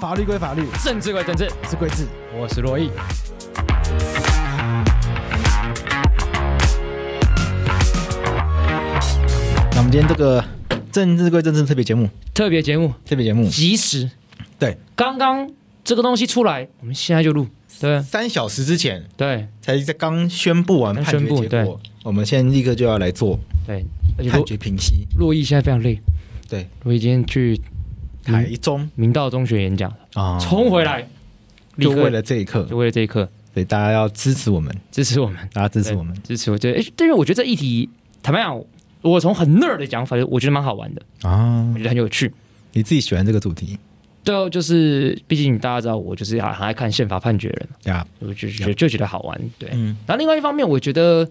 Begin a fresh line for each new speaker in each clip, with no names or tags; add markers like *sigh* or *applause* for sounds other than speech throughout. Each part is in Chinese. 法律归法律，
政治归政治，
我是桂智。
我是洛毅。
那我们今天这个政治归政治特别节目，
特别节目
特别节目
及时，
对，
刚刚这个东西出来，我们现在就录，对
三小时之前
对
才在刚宣布完
刚
判
宣布
决结果，我们现在立刻就要来做
对，而且
判
洛
决评析。
洛毅现在非常累，
对，
洛毅今天去
台中
明道中学演讲，
啊，
冲回来，嗯立
就
刻
为了这一刻，
就为了这一刻
所以大家要支持我们，
支持我们。 *laughs*
大家支持
对
我们
支持我觉得，哎，对于我觉得这议题，坦白讲，我从很 nerd 的讲法，我觉得蛮好玩的，
啊
我！觉得很有趣。
你自己喜欢这个主题
对哦，就是毕竟大家知道我就是很爱看宪法判决的人，
呀？
我就觉得就觉得好玩。对，
嗯
然后另外一方面，我觉得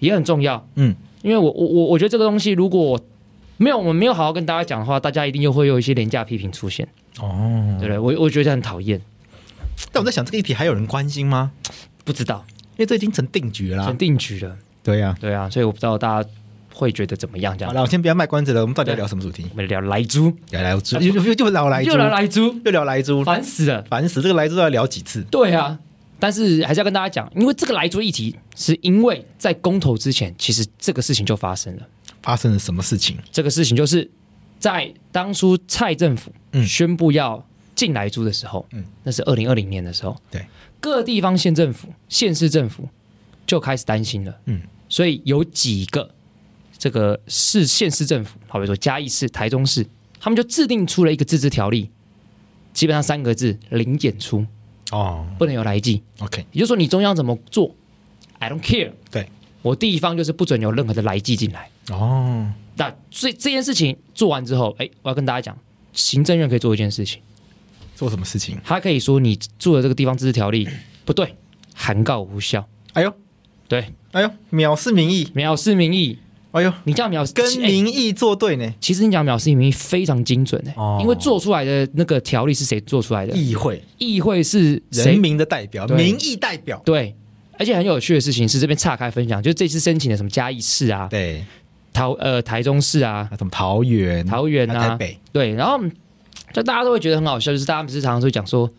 也很重要，
嗯，
因为我我我我觉得这个东西如果没有我们没有好好跟大家讲的话，大家一定又会有一些廉价批评出现，
哦
对。不对？我我觉得很讨厌，
但我在想，这个议题还有人关心吗？
不知道
因为这已经成定局了
成
啊。
定局了，
对呀。
对啊，所以我不知道大家会觉得怎么样这
好
样。
了，我先不要卖关子了，我们到底要聊什么主题？
我们聊莱猪，
来来猪，又又又聊来猪
又，聊莱猪，
又聊来猪，
烦死了。
烦死！这个来猪要聊几次？
对啊，但是还是要跟大家讲，因为这个来猪议题，是因为在公投之前，其实这个事情就发生了。
发生了什么事情？
这个事情就是在当初蔡政府
嗯
宣布要进来租的时候，
嗯
那是二零二零年的时候，
对，
各地方县政府、县市政府就开始担心了，
嗯，
所以有几个这个市县市政府，好比说嘉义市、台中市，他们就制定出了一个自治条例，基本上三个字：零检出，
哦
不能有来记。
，OK，
也就是说，你中央怎么做，I don't care。
对，
我地方就是不准有任何的来记进来。
哦，
那这这件事情做完之后，哎，我要跟大家讲，行政院可以做一件事情，
做什么事情？
他可以说你做的这个地方自治条例不对，函告无效。
哎呦，
对，
哎呦，藐视民意，
藐视民意，
哎呦，
你这样藐视
跟
其哎
民意作对呢？
其实你讲藐视民意非常精准哎、
哦
因为做出来的那个条例是谁做出来的？
议会，
议会是谁
人民的代表，
对
民意代表，
对，而且很有趣的事情是，这边岔开分享，就是这次申请的什么嘉义市啊、
对，
桃呃台中市啊、
啊，什么桃园，
桃园
啊台
啊，
北，
对，然后就大家都会觉得很好笑，就是大家不是常常会讲说，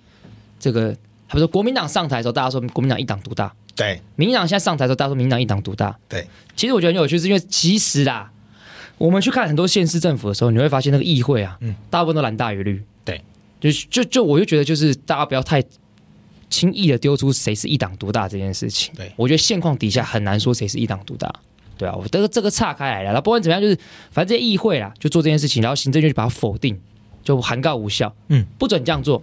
这个他们说国民党上台的时候，大家说国民党一党独大，
对，
民进党现在上台的时候，大家说民进党一党独大，
对，
其实我觉得很有趣，是因为其实啦，我们去看很多县市政府的时候，你会发现那个议会啊，
嗯
大部分都蓝大于绿，
对，
就就就我就觉得就是大家不要太。轻易的丢出谁是一党独大这件事情，
对
我觉得现况底下很难说谁是一党独大，对啊，我这个这个岔开来了，那不管怎么样，就是反正这些议会啦，就做这件事情，然后行政院就把它否定，就函告无效，
嗯，
不准这样做，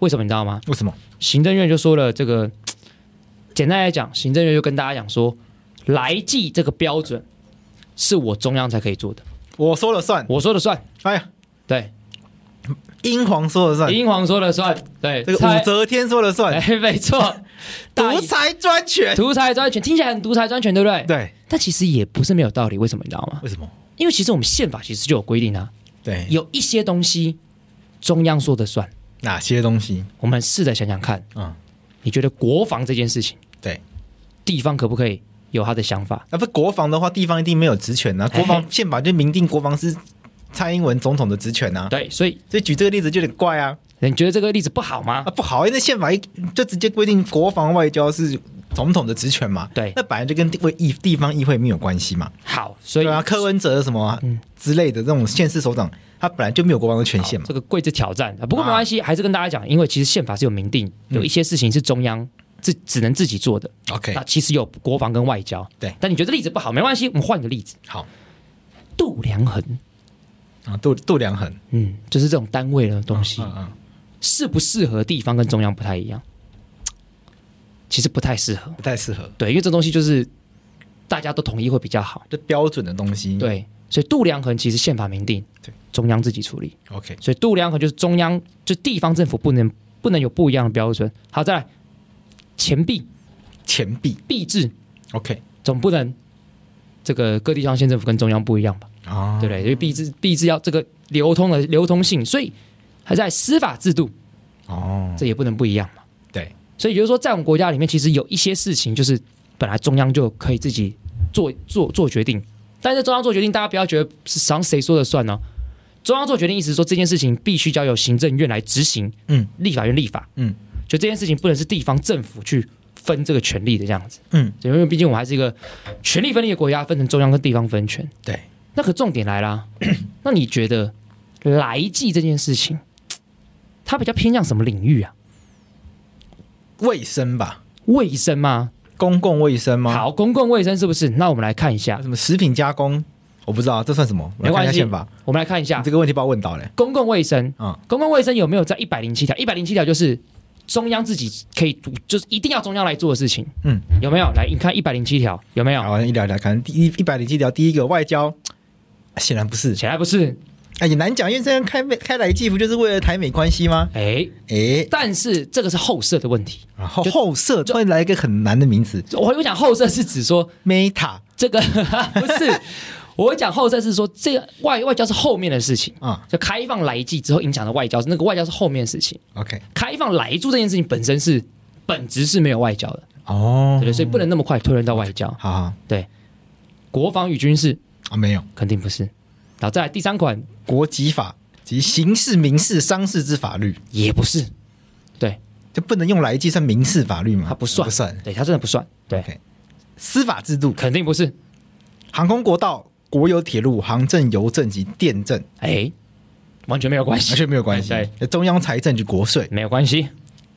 为什么你知道吗？
为什么？
行政院就说了这个，简单来讲，行政院就跟大家讲说，来记这个标准是我中央才可以做的，
我说了算，
我说了算，
哎呀，
对，
英皇说了算，
英皇说了算，对，
这个
蔡
武则天说了
*laughs*
算，
哎，没错，
*laughs*
大
独裁专权，
独裁专权听起来很独裁专权，对不对？
对，
但其实也不是没有道理，为什么你知道吗？
为什么？
因为其实我们宪法其实就有规定啊，
对，
有一些东西中央说的算。
哪些东西？
我们试着想想看，
嗯，
你觉得国防这件事情，
对，
地方可不可以有他的想法？
啊那不国防的话，地方一定没有职权啊，国
哎
防宪法就明定国防是蔡英文总统的职权啊，
对，所以
所以举这个例子就有点怪啊。 *laughs*
你觉得这个例子不好吗
啊，？不好，因为宪法一就直接规定国防外交是总统的职权嘛，
对
那本来就跟地位议地方议会没有关系嘛，
好，所以
对啊，柯文哲什么
嗯
之类的这种县市首长，他本来就没有国王的权限嘛
这，个贵是挑战，啊不过没关系，还是跟大家讲，因为其实宪法是有明定，
嗯
有一些事情是中央自只能自己做的。
OK，
那其实有国防跟外交，
对
但你觉得例子不好，没关系，我们换个例子，
好
度量衡，
啊，度度量衡
嗯，就是这种单位的东西，
嗯嗯，
适不适合地方跟中央不太一样，其实不太适合，
不太适合，
对，因为这东西就是大家都统一会比较好，
这标准的东西，
对，所以度量衡其实宪法明定，
嗯对，
中央自己处理，
，OK，
所以度量衡就是中央就地方政府不能不能有不一样的标准。好，再来钱币
钱币
币制，
，OK，
总不能这个各地方县政府跟中央不一样吧？
啊，
对不对？因为币制币制要这个流通的流通性，所以还在司法制度
哦，
这也不能不一样嘛。
对，
所以也就是说，在我们国家里面，其实有一些事情就是本来中央就可以自己做做做决定，但是中央做决定，大家不要觉得是想谁说了算呢、中央做决定，意思是说这件事情必须交由行政院来执行，
嗯，
立法院立法，
嗯，
就这件事情不能是地方政府去分这个权利的这样子，
嗯，
因为毕竟我们还是一个权力分立的国家，分成中央跟地方分权。
对，
那可重点来啦， *clears throat* 那你觉得来记这件事情，它比较偏向什么领域啊？
卫生吧，
卫生吗？
公共卫生吗？，
好，公共卫生是不是？那我们来看一下，
什么食品加工，我不知道这算什么，我来
没
看
关
一下
系
宪法，
我们来看一下
你这个问题把我问到嘞，
公共卫生。
嗯
公共卫生有没有在一百零七条？一百零七条就是中央自己可以，就是一定要中央来做的事情。
嗯，
有没有？来，你看一百零七条有没有？
好，一聊一聊，看第一一百零七条第一个外交，显然不是，
显然不是。
哎，也难讲，因为这样开开来记不就是为了台美关系吗？
哎，
哎，
但是这个是后设的问题。
然后后设突然来一个很难的名字
我我讲后设是指说
，Meta
这个 *laughs* 不是，我讲后设是说这个外外交是后面的事情，
啊、
就开放来记之后影响的外交，那个外交是后面的事情。
o k
开放来住这件事情本身是本质是没有外交的，
哦
对，所以不能那么快推论到外交。
好好啊、
国防与军事
没有
肯定不是，然后再来第三款
国籍法及刑事、民事、商事之法律，
也不是，
就不能用来计算民事法律吗？
它不算，
不算，
对，它真的不算，对，
OK 司法制度、
肯定不是。
航空国道、国有铁路、航政、邮政及电政，
哎，完全没有关
完
系，
全没有关系
哎对。
中央财政及国税、
没有关系，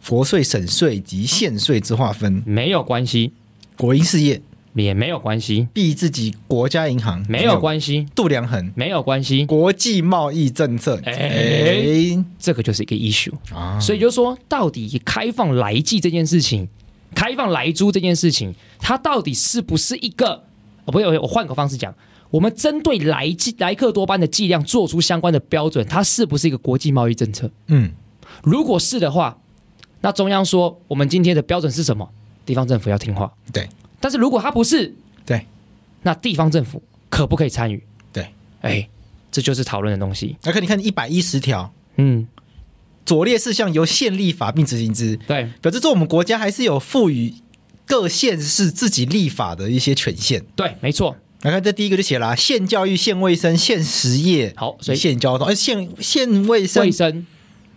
国税、省税及县税之划分，
没有关系，
国营事业、
也没有关系，
币制及国家银行
没有关系，
度量衡。
没有关系，
国际贸易政策，
哎
哎
这个就是一个 issue。
啊，
所以就说，到底开放来记这件事情，开放来租这件事情，它到底是不是一个？哦，不对，我换个方式讲，我们针对来记莱克多巴胺的剂量做出相关的标准，它是不是一个国际贸易政策？
嗯，
如果是的话，那中央说我们今天的标准是什么？地方政府要听话。
对。
但是如果它不是，
对，
那地方政府可不可以参与？
对。
哎，这就是讨论的东西。
那看你看一百一十条，
嗯，
左列事项由县立法并执行之，
对，
表示说我们国家还是有赋予各县市自己立法的一些权限。
对，没错。
来看这第一个就写了、啊、县教育、县卫生、县实业、
好，所以
县交通、哎县县卫生
卫、生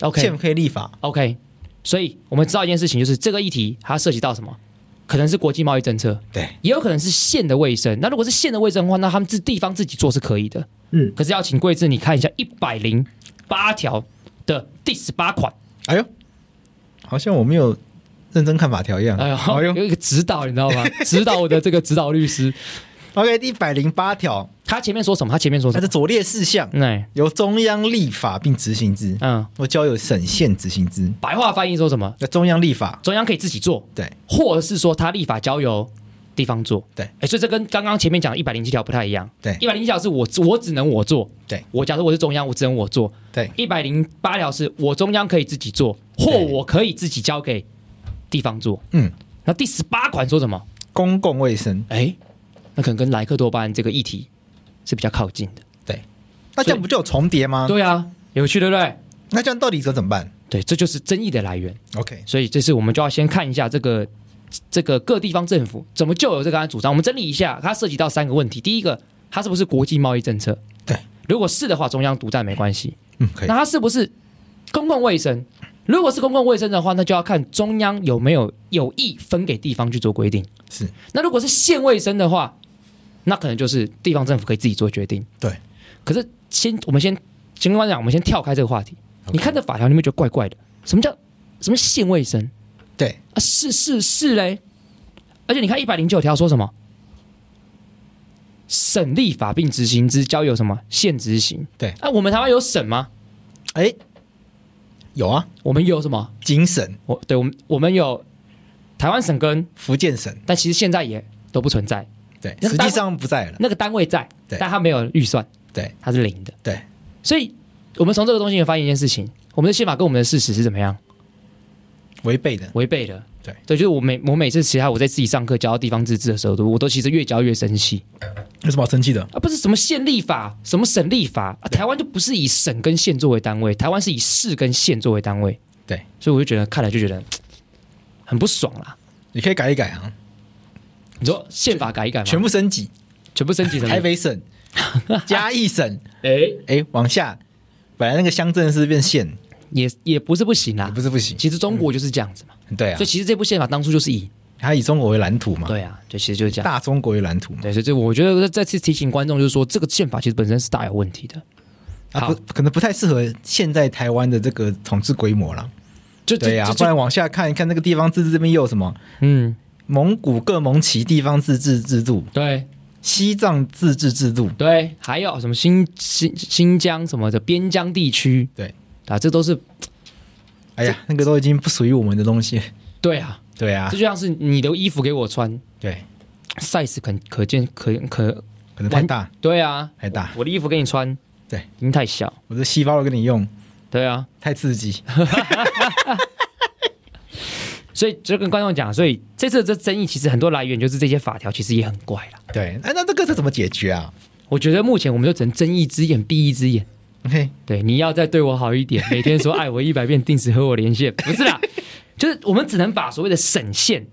，OK，
县可以立法。
OK，所以我们知道一件事情，就是这个议题它涉及到什么？可能是国际贸易政策，
对，
也有可能是县的卫生。那如果是县的卫生的话，那他们自地方自己做是可以的。
嗯，
可是要请贵志你看一下一百零八条的第十八款，
哎呦，好像我没有认真看法条一样。
哎
哎呦，哎
呦，
呦
有一个指导，你知道
*laughs*
吗？指导我的这个指导律师，
，OK，第一百零八条，
他前面说什么？他前面说什
它
么
是？左列事项
那
由中央立法并执行之，
嗯，
我交由省县执行之。
白话翻译说什么？
那中央立法，
中央可以自己做，
对，
或者是说他立法交由地方做，
对
哎，所以这跟刚刚前面讲的一百零七条不太一样，
对
一百零七条是我我只能我做，
对
我假设我是中央，我只能我做，
对，
一百零八条是我中央可以自己做，或
对
我可以自己交给地方做，
嗯，
那第十八款说什么？
公共卫生。
哎，那可能跟莱克多巴胺这个议题是比较靠近的，
那这样不就有重叠吗？
对啊，有趣对不对？
那这样到底这怎么办
对，这就是争议的来源，
？OK，
所以这次我们就要先看一下这个这个各地方政府怎么就有这个主张。我们整理一下，它涉及到三个问题：第一个，它是不是国际贸易政策？
对，
如果是的话，中央独占没关系。
嗯，可以
那。它是不是公共卫生？如果是公共卫生的话，那就要看中央有没有有意分给地方去做规定。
是
那如果是县卫生的话，那可能就是地方政府可以自己做决定。
对，
可是先我们先先跟大家讲，我们先跳开这个话题。你看这法条，你有没有觉得怪怪的？什么叫什么县卫生
对
啊？是是是嘞！而且你看一百零九条说什么？省立法并执行之，交由什么县执行？
对
啊，我们台湾有省吗？
哎，有啊，
我们有什么？
京省、
我对我们我们有台湾省跟，
福建省，
但其实现在也都不存在，
对，
那
实
大
际上不在了。
那个单位在，
对
但它没有预算，
对
它是零的。
对，
所以我们从这个东西也发现一件事情：我们的宪法跟我们的事实是怎么样
违背的，
违背的。
对
对，就是我每我每次其他我在自己上课教到地方自治的时候，我都其实越教越生气
有什么好生气的？
啊！不是什么县立法、什么省立法，啊、台湾就不是以省跟县作为单位，台湾是以市跟县作为单位。
对，
所以我就觉得看了就觉得嗯很不爽啦。
你可以改一改啊，
你说宪法改一改吗？
全部升级，
全部升级成
台
*laughs*
北省、嘉义省，
哎，
哎，往下，本来那个乡镇是变县，
也也不是不行
也
啦
不。是不行。
其实中国就是这样子嘛，
对啊
啊所以，其实这部宪法当初就是以
它以中国为蓝图嘛，
对啊，就其实就是这样。
大中国为蓝图嘛，
对，所以这我觉得再次提醒观众，就是说这个宪法其实本身是大有问题的，
啊，
好
不，可能不太适合现在台湾的这个统治规模啦。
就
对呀、
呀、
不然往下看一看那个地方自治这边又有什么
嗯，
蒙古各蒙旗地方自治制度、
对
西藏自治制度，
对，还有什么新新新疆什么的边疆地区，
对
啊，这都是
哎呀，那个都已经不属于我们的东西。
对啊，
对啊
这，就像是你的衣服给我穿
对，
，size 可可见可可，
可能太大
对啊，
太大，
我的衣服给你穿，
对，
已经太小，
我的细胞都给你用，
对啊，
太刺激。
所以就跟观众讲，所以这次的这争议其实很多来源就是这些法条其实也很怪啦。
对，哎、那这个是怎么解决啊
我觉得目前我们就只能睁一只眼闭一只眼。
？OK，
对，你要再对我好一
*laughs*
点，每天说哎爱我一百遍，定时和我连线，不是啦，就是我们只能把所谓的省县，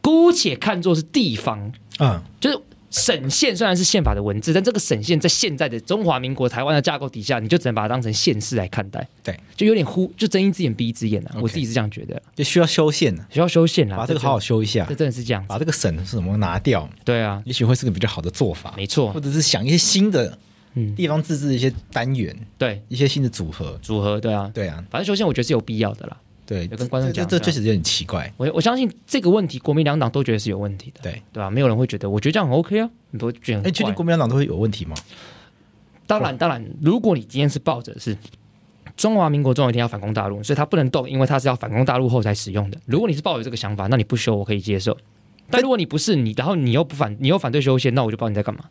姑且看作是地方，
嗯，
就是省县虽然是宪法的文字，但这个省县在现在的中华民国台湾的架构底下，你就只能把它当成县市来看待，
对，
就有点忽，就睁一只眼闭一只眼了、啊
OK
我自己是这样觉得，
就需要修宪了，
需要修宪啦，
把这个好好修一下
啊这，真，这真的是这样子，
把这个省什么拿掉，
对啊，
也许会是个比较好的做法，
没错
或，者是想一些新的
嗯
地方自治的一些单元，
对，啊
一些新的组合。
组合，对啊，
对啊，
反正修宪我觉得是有必要的啦，
对，
有跟观众
这
讲
这这
对啊
确实有点奇怪。
我我相信这个问题国民两党都觉得是有问题的。
对，
对吧、啊没有人会觉得，我觉得这样很 OK 啊，你都觉得
哎，
很
确
怪。啊
定国民党都会有问题吗？
当
哦
然，当然，如果你今天是抱着是中华民国总有一天要反攻大陆，所以它不能动，因为它是要反攻大陆后才使用的。如果你是抱有这个想法，那你不修我可以接受。但如果你不是你，然后你又不反，你又反对修宪，那我就不知道你在干嘛。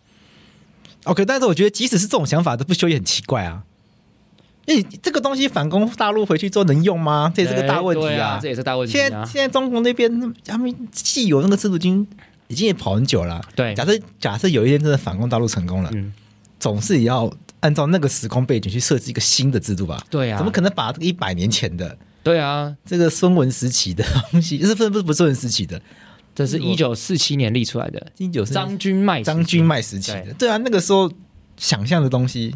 OK，但是我觉得即使是这种想法，都不修也很奇怪啊。因为这个东西反攻大陆回去之后能用吗？这也是个大问
哎
题
对啊，
啊
这。也是大问题
现在
啊。
现在中国那边他们既有那个制度已经已经也跑很久了啊。
对
假设假设有一天真的反攻大陆成功了，
嗯
总是也要按照那个时空背景去设计一个新的制度吧？
对啊，
怎么可能把这个一百年前的
对啊，这
这个孙文时期的东西， *laughs* 是不是不是不是孙文时期的，
这是一九四七年立出来的
经九是
张君迈时期。
张君迈时期的，对啊，那个时候想象的东西，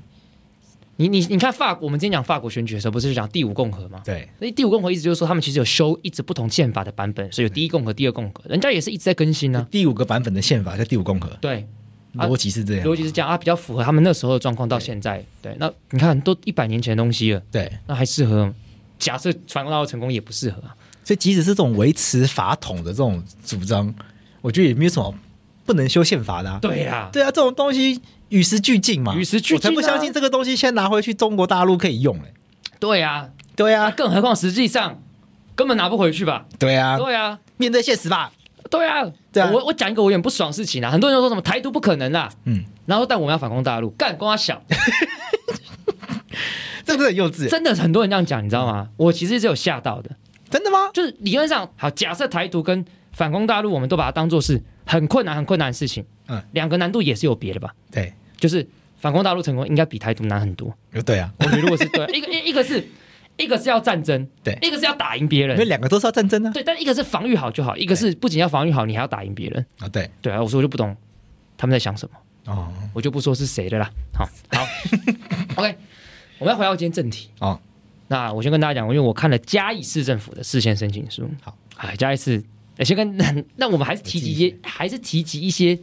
你你你看法，我们今天讲法国选举的时候，不是讲第五共和吗？
对
所以第五共和意思就是说，他们其实有修一直不同宪法的版本，所以有第一共和、第二共和，人家也是一直在更新呢、
第五个版本的宪法叫第五共和，
对，啊
逻辑是这样，
尤其是这样啊，比较符合他们那时候的状况到现在。对，那你看都一百年前的东西了，
对，
那还适合吗？假设反攻大陆成功也不适合啊。
所以即使是这种维持法统的这种主张，我觉得也没有什么不能修宪法的、啊，
对呀、
对啊，这种东西与时俱进嘛，
与时俱进啊
我才不相信这个东西现在拿回去中国大陆可以用嘞、
对呀、
对
啊，
啊，
更何况实际上根本拿不回去吧？
对啊，
对呀、
面对现实吧，
对呀、
对啊
我我讲一个我有点不爽的事情啊，很多人都说什么台独不可能啦，
嗯，
然后但我们要反攻大陆，干光他小，
这不是很幼稚？
真的很多人这样讲，你知道吗？我其实是有吓到的。
真的吗？
就是理论上，好，假设台独跟反攻大陆，我们都把它当做是很困难、很困难的事情。
嗯，
两个难度也是有别的吧？
对，
就是反攻大陆成功，应该比台独难很多。
对啊，
我觉得如果是对，一个一一个是一个是要战争，
对
一个是要打赢别
因为
人，
两个都是要战争啊，
对，但一个是防御好就好，一个是不仅要防御好，你还要打赢别人。
啊，对，
对啊，我说我就不懂他们在想什么，
哦
*laughs* 我就不说是谁的啦。好，好，OK，我们要回到今天正题。
哦，
那我先跟大家讲，因为我看了嘉义市政府的事先申请书。
好，
哎，嘉义市，哎先跟 *laughs* 那那我们还是提及一些，还是提及一些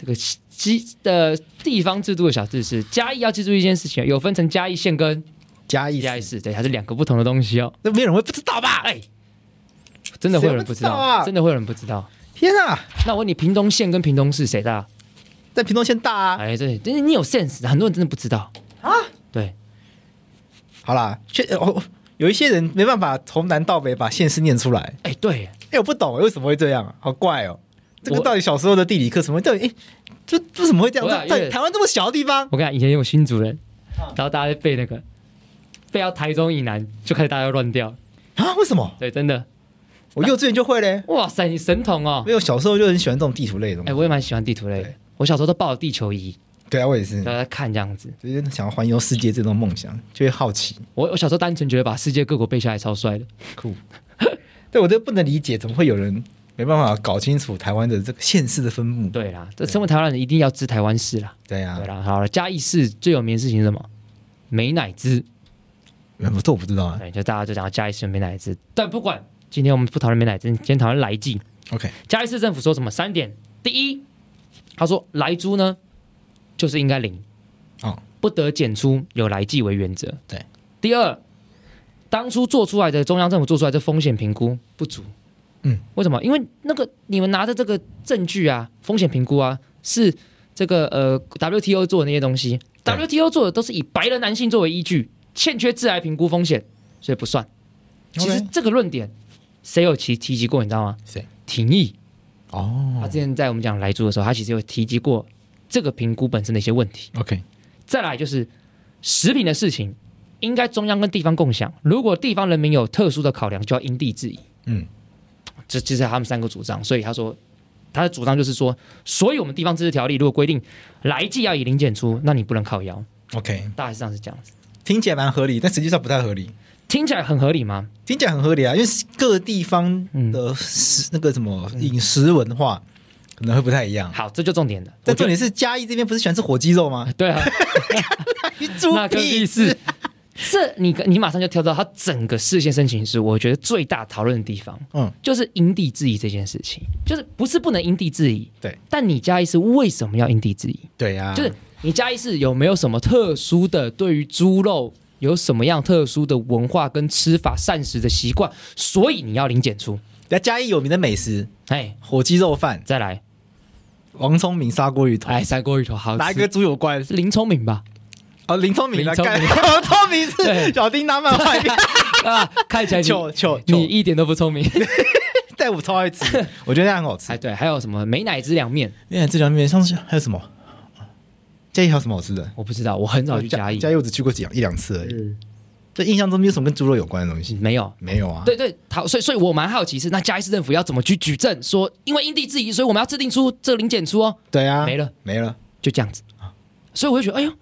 这个基的地方制度的小知识。嘉义要记住一件事情，有分成嘉义县跟
嘉义
嘉义市，对，它是两个不同的东西哦。
那没有人会不知道吧？
哎，真的会有人
谁不
不
知
知
道啊
道，真的会有人不知道。
天啊，
那我问你，屏东县跟屏东市谁大？
在屏东县大啊！
哎，对，但是你有 sense，很多人真的不知道
啊。
对，
好啦，确哦，有一些人没办法从南到北把县市念出来。
哎，对，
哎，我不懂为什么会这样啊，好怪哦！这个
我
到底小时候的地理课什么？到底哎，这这怎么会这样？
我啊
在
因
在
为
台湾这么小的地方，
我跟你讲，以前有新主人，
啊
然后大家在背那个，背到台中以南就开始大家乱掉。
啊，为什么？
对，真的，
我幼稚园就会嘞。
哇塞，你神童哦！
没有，小时候就很喜欢这种地图类的
哎、
东西。
我也蛮喜欢地图类的
对，
我小时候都抱着地球仪，
对啊，我也是，
然后在看这样子。
就是想要环游世界这种梦想，就会
*laughs*
好奇
我我小时候单纯觉得把世界各国背下来超帅的，
酷。对，我就不能理解，怎么会有人没办法搞清楚台湾的这个县市的分布？
对啦，这身为台湾人一定要知台湾事啦，
对啊
对，啦，好了，嘉义市最有名的事情是什么？美乃滋，
嗯这我不知道啊。
对，就大家就讲到嘉义市有美乃滋，但不管，今天我们不讨论美乃滋，今天讨论来记。
OK，
嘉义市政府说什么？三点，第一，他说来租呢就是应该零，
哦，
不得减出有来计为原则。
对，
第二，当初做出来的中央政府做出来的风险评估不足。
嗯，
为什么？因为那个你们拿着这个证据啊，风险评估啊，是这个呃 WTO 做的那些东西
对
，WTO 做的都是以白人男性作为依据，欠缺致癌评估风险，所以不算。其实
OK
这个论点谁有提提及过，你知道吗？
谁？
廷义。他
哦
之前在我们讲来租的时候，他其实有提及过这个评估本身的一些问题。
，OK，
再来就是食品的事情，应该中央跟地方共享。如果地方人民有特殊的考量，就要因地制宜。
嗯，
这这是他们三个主张。所以他说，他的主张就是说，所以我们地方自治条例如果规定来季要以零检出，那你不能靠腰。
，OK，
大致上是这样子，
听起来蛮合理，但实际上不太合理。
听起来很合理吗？
听起来很合理啊，因为各地方
嗯
的食、那个什么饮食文化可能会不太一样。
好，这就重点了。
但重
里
点是嘉义这边不是喜欢吃火鸡
*laughs*
肉吗？ *laughs*
对啊，
你猪
那跟
屁
意
事 *laughs*
思。这你你马上就跳到他整个事件申请书，我觉得最大讨论的地方，
嗯
嗯，就是因地制宜这件事情，就是不是不能因地制宜，
对，
但你嘉义是为什么要因地制宜？
对啊呀、
就是你嘉义市有没有什么特殊的对于猪肉有什么样特殊的文化跟吃法膳食的习惯，所以你要零检出，
那嘉义有名的美食
哎，
火鸡肉饭、
再来，
王聪明砂锅
*laughs*
鱼头，
哎，三锅鱼头好
哪一
吃
个，猪有关？
是林聪明
*laughs*
吧？
哦，林聪明啊，
林聪
干 *laughs*
明
王聪明是
对
小叮当漫画里面
啊，看起来
*laughs*
你
糗糗
你
糗，
一点都不聪明，
但我超爱吃，我觉得那样很好吃
*laughs* 哎，。对，还有什么美乃滋凉面，
哎，这两面上次还有什么？嘉义还有什么好吃的？
我不知道，我很少去嘉义
嘉。义我只去过几一两次而已。
嗯，
这印象中没有什么跟猪肉有关的东西，
没有。
没有啊。
对对，好，所以所以我蛮好奇是那嘉义市政府要怎么去举证说，因为因地制宜，所以我们要制定出这个零检出哦，
对啊，
没了
没了，
就这样子。所以我就觉得，哎呦，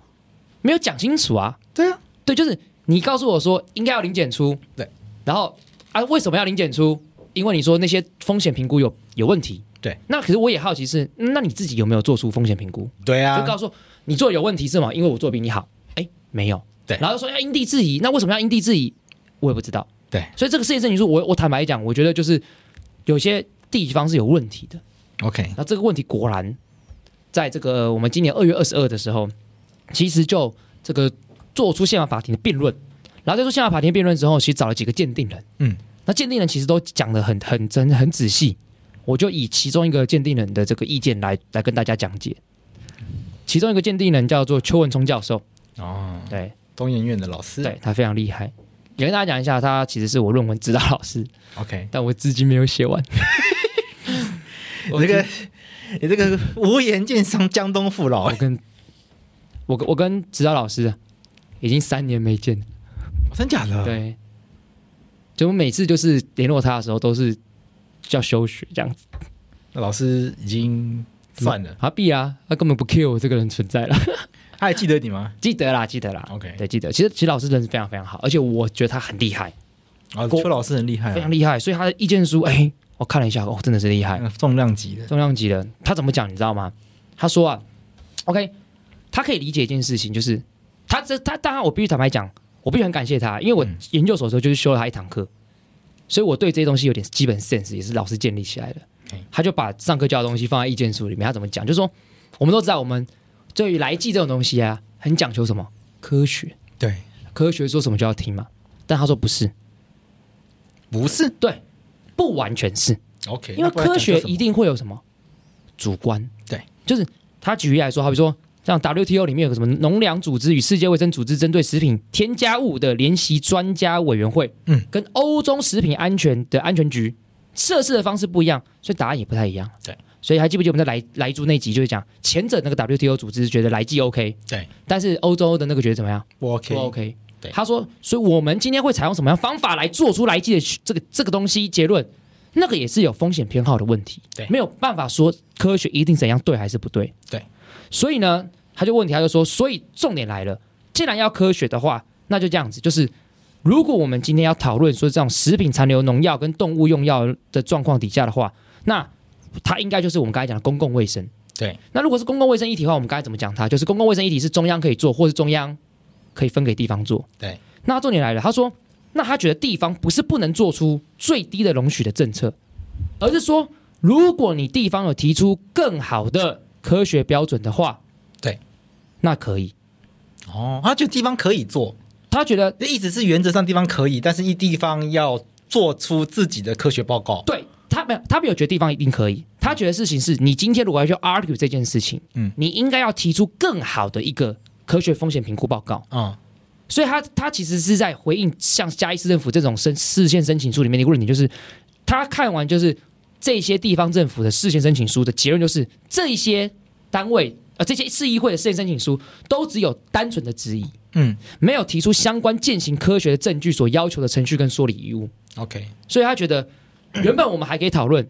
没有讲清楚啊。
对啊，
对，就是你告诉我说应该要零检出，
对，
然后啊为什么要零检出？因为你说那些风险评估有有问题，
对。
那可是我也好奇是，嗯那你自己有没有做出风险评估？
对啊
就，告诉我你做有问题是吗？因为我做得比你好，哎，没有。
对
然后就说要因地制宜，那为什么要因地制宜？我也不知道。
对，
所以这个事情证据书，我我坦白讲，我觉得就是有些地方是有问题的。
OK，
那这个问题果然在这个我们今年二月二十二的时候，其实就这个做出宪法法庭的辩论，然后在做宪法法庭辩论之后，其实找了几个鉴定人，
嗯，
那鉴定人其实都讲的很很真很仔细，我就以其中一个鉴定人的这个意见来来跟大家讲解。其中一个鉴定人叫做邱文聪教授，
哦，
对
东研院的老师，
对，他非常厉害。也跟大家讲一下，他其实是我论文指导老师，
，OK，
但我至今没有写完。
你这个 *laughs* 你这个无颜见伤江东父老
我，跟我跟我跟指导老师啊已经三年没见了，
真假的？，
对，就我每次就是联络他的时候都是叫休学这样子，
那老师已经算了，
他必啊，他根本不 care 我这个人存在了， *laughs*
他还记得你吗
记得啦，记得啦
OK
啊对，记得。其实其实老师人是非常非常好，而且我觉得他很厉害，
啊，
郭
邱老师很厉害
非
啊
常，厉害，所以他的意见书，哎，我看了一下，哦，真的是厉害，
嗯重量级的，
重量级的。他怎么讲你知道吗？他说啊，OK，他可以理解一件事情，就是他这他当然我必须坦白讲，我必须很感谢他，因为我研究所的时候就是修了他一堂课，所以我对这些东西有点基本 sense，也是老师建立起来的。他就把上课教的东西放在意见书里面，他怎么讲？就是说，我们都知道，我们对于来记这种东西啊，很讲求什么科学，
对，
科学说什么就要听嘛。但他说不是，
不是
对，不完全是，
OK，
因为科学一定会有什么主观，
对，
就是他举例来说，好比说像 WTO 里面有个什么农粮组织与世界卫生组织针对食品添加物的联席专家委员会，
嗯，
跟欧洲食品安全的安全局测试的方式不一样，所以答案也不太一样。
对，
所以还记不记得我们在莱莱猪那集就是讲前者那个 WTO 组织觉得来剂 OK，
对，
但是欧洲的那个觉得怎么样？
不 OK，
不 OK。
对
他说，所以我们今天会采用什么样方法来做出来记的这个这个东西结论？那个也是有风险偏好的问题，
对
没有办法说科学一定怎样对还是不对，
对。
所以呢，他就问题，他就说，所以重点来了，既然要科学的话，那就这样子，就是如果我们今天要讨论说这种食品残留农药跟动物用药的状况底下的话，那它应该就是我们刚才讲的公共卫生。
对，
那如果是公共卫生议题的话，我们刚才怎么讲它？就是公共卫生议题是中央可以做，或是中央可以分给地方做。
对，
那重点来了，他说，那他觉得地方不是不能做出最低的容许的政策，而是说，如果你地方有提出更好的科学标准的话，
对，
那可以。
哦，他觉得地方可以做，
他觉得
一直是原则上地方可以，但是一地方要做出自己的科学报告。
对他没有，他没有觉得地方一定可以。他觉得事情是你今天如果要去 argue 这件事情，
嗯
嗯，你应该要提出更好的一个科学风险评估报告。
嗯，
所以他他其实是在回应像嘉义市政府这种申事件申请书里面的一个论点，就是他看完就是这些地方政府的事件申请书的结论，就是这些单位呃这些市议会的事件申请书都只有单纯的质疑，
嗯，
没有提出相关践行科学的证据所要求的程序跟说理义务。
OK，
所以他觉得原本我们还可以讨论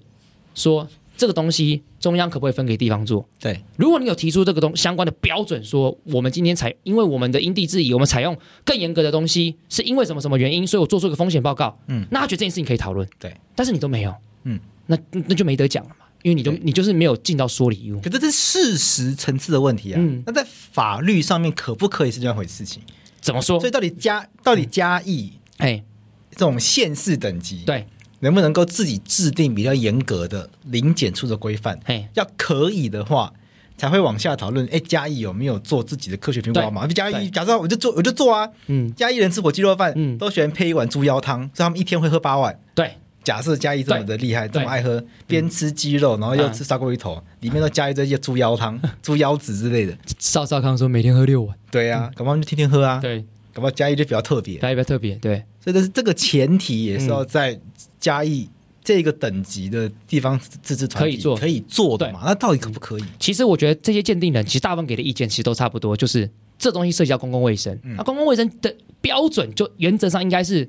说这个东西中央可不可以分给地方做，
对，
如果你有提出这个东相关的标准，说我们今天采，因为我们的因地制宜，我们采用更严格的东西，是因为什么什么原因，所以我做出一个风险报告，
嗯
嗯，那他觉得这件事情可以讨论，
对，
但是你都没有，
嗯
嗯，那那就没得讲了嘛，因为你就
对
你就是没有尽到说理义务，
可这是事实层次的问题啊。
嗯
那在法律上面可不可以是这样回事情？
怎么说
所以？到底加到底加义
哎，
这种县市等级，
对，
能不能够自己制定比较严格的零检出的规范？
哎，
要可以的话，才会往下讨论。哎，嘉义有没有做自己的科学评估
对
好吗？嘉义，
对
假设我就做，我就做啊。
嗯，
嘉义人吃火鸡肉饭，
嗯
都喜欢配一碗猪腰汤，所以他们一天会喝八碗。
对，
假设嘉义这么的厉害，这
对嗯啊
么爱喝，边吃鸡肉，然后又吃砂锅鱼头，里面都加一堆些猪腰汤、猪腰子之类的。
邵少康说每天喝六碗，
对啊，搞不好他们就天天喝
嗯
啊。
对，
搞不好嘉义就比较特别，
大家比较特别，对，
所以但是这个前提也是要在嘉义这个等级的地方自治团体
可以做
可以做的嘛？那到底可不可以？
其实我觉得这些鉴定人，其实大部分给的意见其实都差不多，就是这东西涉及到公共卫生，那、公共卫生的标准就原则上应该是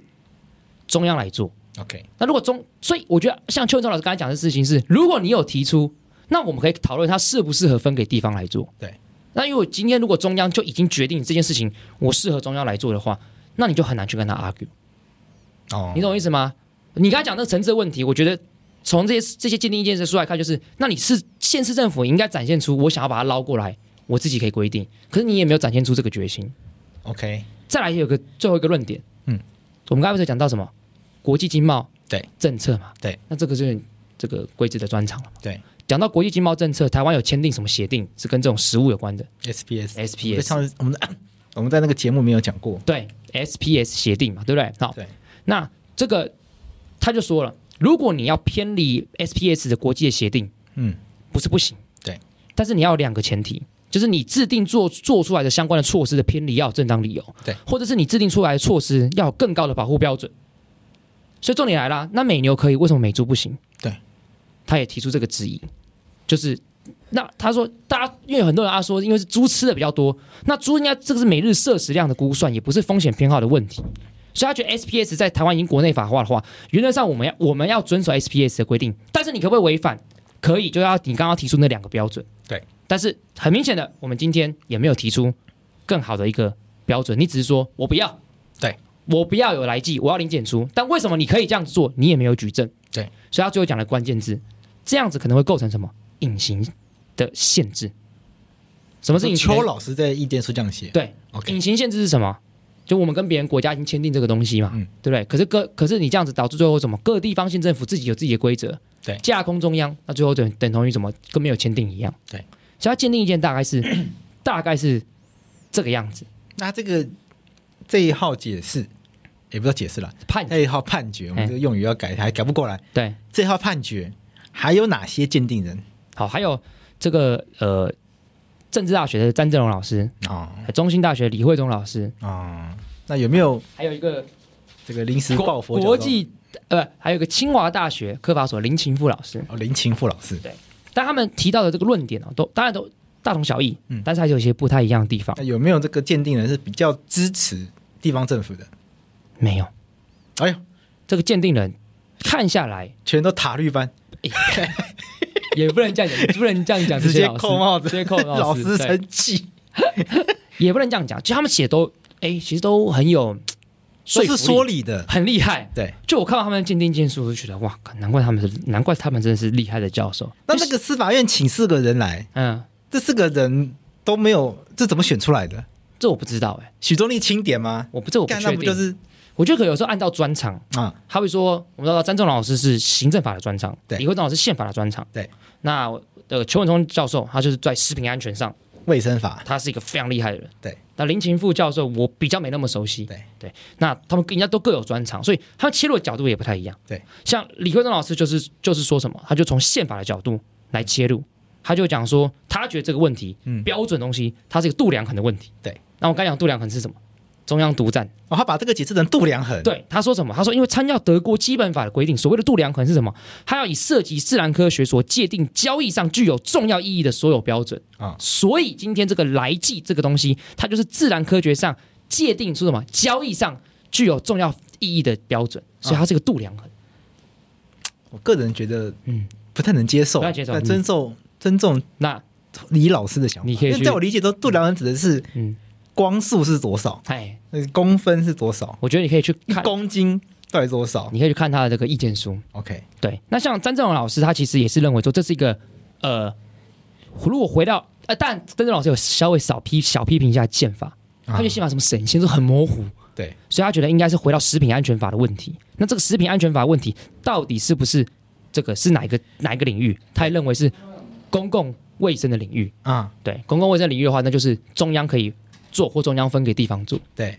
中央来做。
OK，
那如果中，所以我觉得像邱文忠老师刚才讲的事情是，如果你有提出，那我们可以讨论它适不适合分给地方来做。
对，
那因为今天如果中央就已经决定这件事情我适合中央来做的话，那你就很难去跟他 argue，
哦，
你懂我意思吗？你刚才讲那个层次的问题，我觉得从这些这些鉴定意见书来看，就是那你是县市政府应该展现出我想要把它捞过来，我自己可以规定，可是你也没有展现出这个决心。
OK，
再来有个最后一个论点，
嗯
嗯，我们刚才不是讲到什么国际经贸
对
政策嘛，
对，
那这个是这个规制的专长了嘛。
对，
讲到国际经贸政策，台湾有签订什么协定是跟这种食物有关的
SPS，我在
SPS，
上次我们在我们在那个节目没有讲过，
对 SPS 协定嘛，对不对？好，
对
那这个他就说了，如果你要偏离 SPS 的国际的协定，
嗯，
不是不行，
对，
但是你要有两个前提，就是你制定做做出来的相关的措施的偏离要有正当理由，
对，
或者是你制定出来的措施要有更高的保护标准。所以重点来啦，那美牛可以，为什么美猪不行？
对，
他也提出这个质疑，就是那他说，大家因为很多人啊说，因为是猪吃的比较多，那猪应该这个是每日摄食量的估算，也不是风险偏好的问题。所以他觉得 SPS 在台湾已经国内法化的话，原则上我们要我们要遵守 SPS 的规定，但是你可不可以违反？可以，就要你刚刚提出那两个标准。
对，
但是很明显的，我们今天也没有提出更好的一个标准，你只是说我不要，
对
我不要有来记，我要零检出。但为什么你可以这样子做，你也没有举证？
对，
所以他最后讲的关键字，这样子可能会构成什么隐形的限制？什么是隐形
邱
的？
老师在意见书这样写，
对，
，OK，
隐形限制是什么？就我们跟别人国家已经签订这个东西嘛，
嗯
对不对？可是各可是你这样子导致最后什么？各地方县政府自己有自己的规则，
对
架空中央，那最后等等同于什么？跟没有签订一样，
对。
所以他鉴定意见大概
*clears throat*
是大概是这个样子，
那这个这一号解释也不叫解释了，
判
这一号判决，我们
哎
这个用语要改，还改不过来。
对。
这一号判决还有哪些鉴定人
好，还有这个呃，政治大学的詹正荣老师，
哦
中兴大学李慧忠老师，
哦，那有没有
还有一个
这个临时抱
国
佛脚
国际呃，还有一个清华大学科法所林勤富老师，
哦林勤富老师？
但他们提到的这个论点哦，都当然都大同小异，
嗯哎
但是还是有一些不太一样的地方。
那有没有这个鉴定人是比较支持地方政府的？
没有
哎呦，
这个鉴定人看下来
全都塔绿班，
也不能这样讲，也哎不能这样讲，
直
这
接
些老师
扣帽子，
直接 *laughs* 扣
*laughs* 老
师，
师
对
生气，
也不能这样讲，就他们写都哎，其实都很有
都
说服
是
力
说理的。
很厉害。
对，
就我看到他们鉴定技术，我就觉得哇，难怪他们是，难怪他们真的是厉害的教授。
那那个司法院请四个人来，
嗯，
这四个人都没有，这怎么选出来的？
这我不知道哎、
许宗力钦点吗？
我不这我不
干那
确
不
定。
就是
我觉得可能有时候按照专长，
啊？
他会说，我们知道詹正龙老师是行政法的专长，
对
李慧忠老师是宪法的专长，
对。
那呃，邱文忠教授他就是在食品安全上，
卫生法
他是一个非常厉害的人，
对。
那林勤富教授我比较没那么熟悉，
对
对。那他们人家都各有专长，所以他们切入的角度也不太一样，
对。
像李慧忠老师就是就是说什么，他就从宪法的角度来切入，他就讲说，他觉得这个问题、
嗯
标准东西，它是一个度量衡的问题，
对。
那我刚讲度量衡是什么？中央独占。
哦，他把这个解释成度量衡，，
对，他说什么？他说，因为参照德国基本法的规定，所谓的度量衡是什么？它要以涉及自然科学所界定交易上具有重要意义的所有标准
啊
所以今天这个来记这个东西，它就是自然科学上界定出什么交易上具有重要意义的标准，所以它是个度量衡。
我个人觉得
嗯，
不太能接受，
不太接受
那尊重尊重
那
李老师的想法，
你可以
因为
去
在我理解中，度量衡指的是
嗯，
光速是多少，
哎，
呃公分是多少，
我觉得你可以去
一
看，
公斤到底多少
你可以去看他的这个意见书。
？OK，
对，那像詹正荣老师，他其实也是认为说这是一个呃，如果回到呃，但詹正荣老师有稍微少批小批评一下宪法，他
啊
觉得宪法什么神仙都很模糊，
对，
所以他觉得应该是回到食品安全法的问题。那这个食品安全法问题到底是不是这个是哪一个哪一个领域？他也认为是公共卫生的领域。
啊，
对，公共卫生领域的话，那就是中央可以做或中央分给地方做。
对，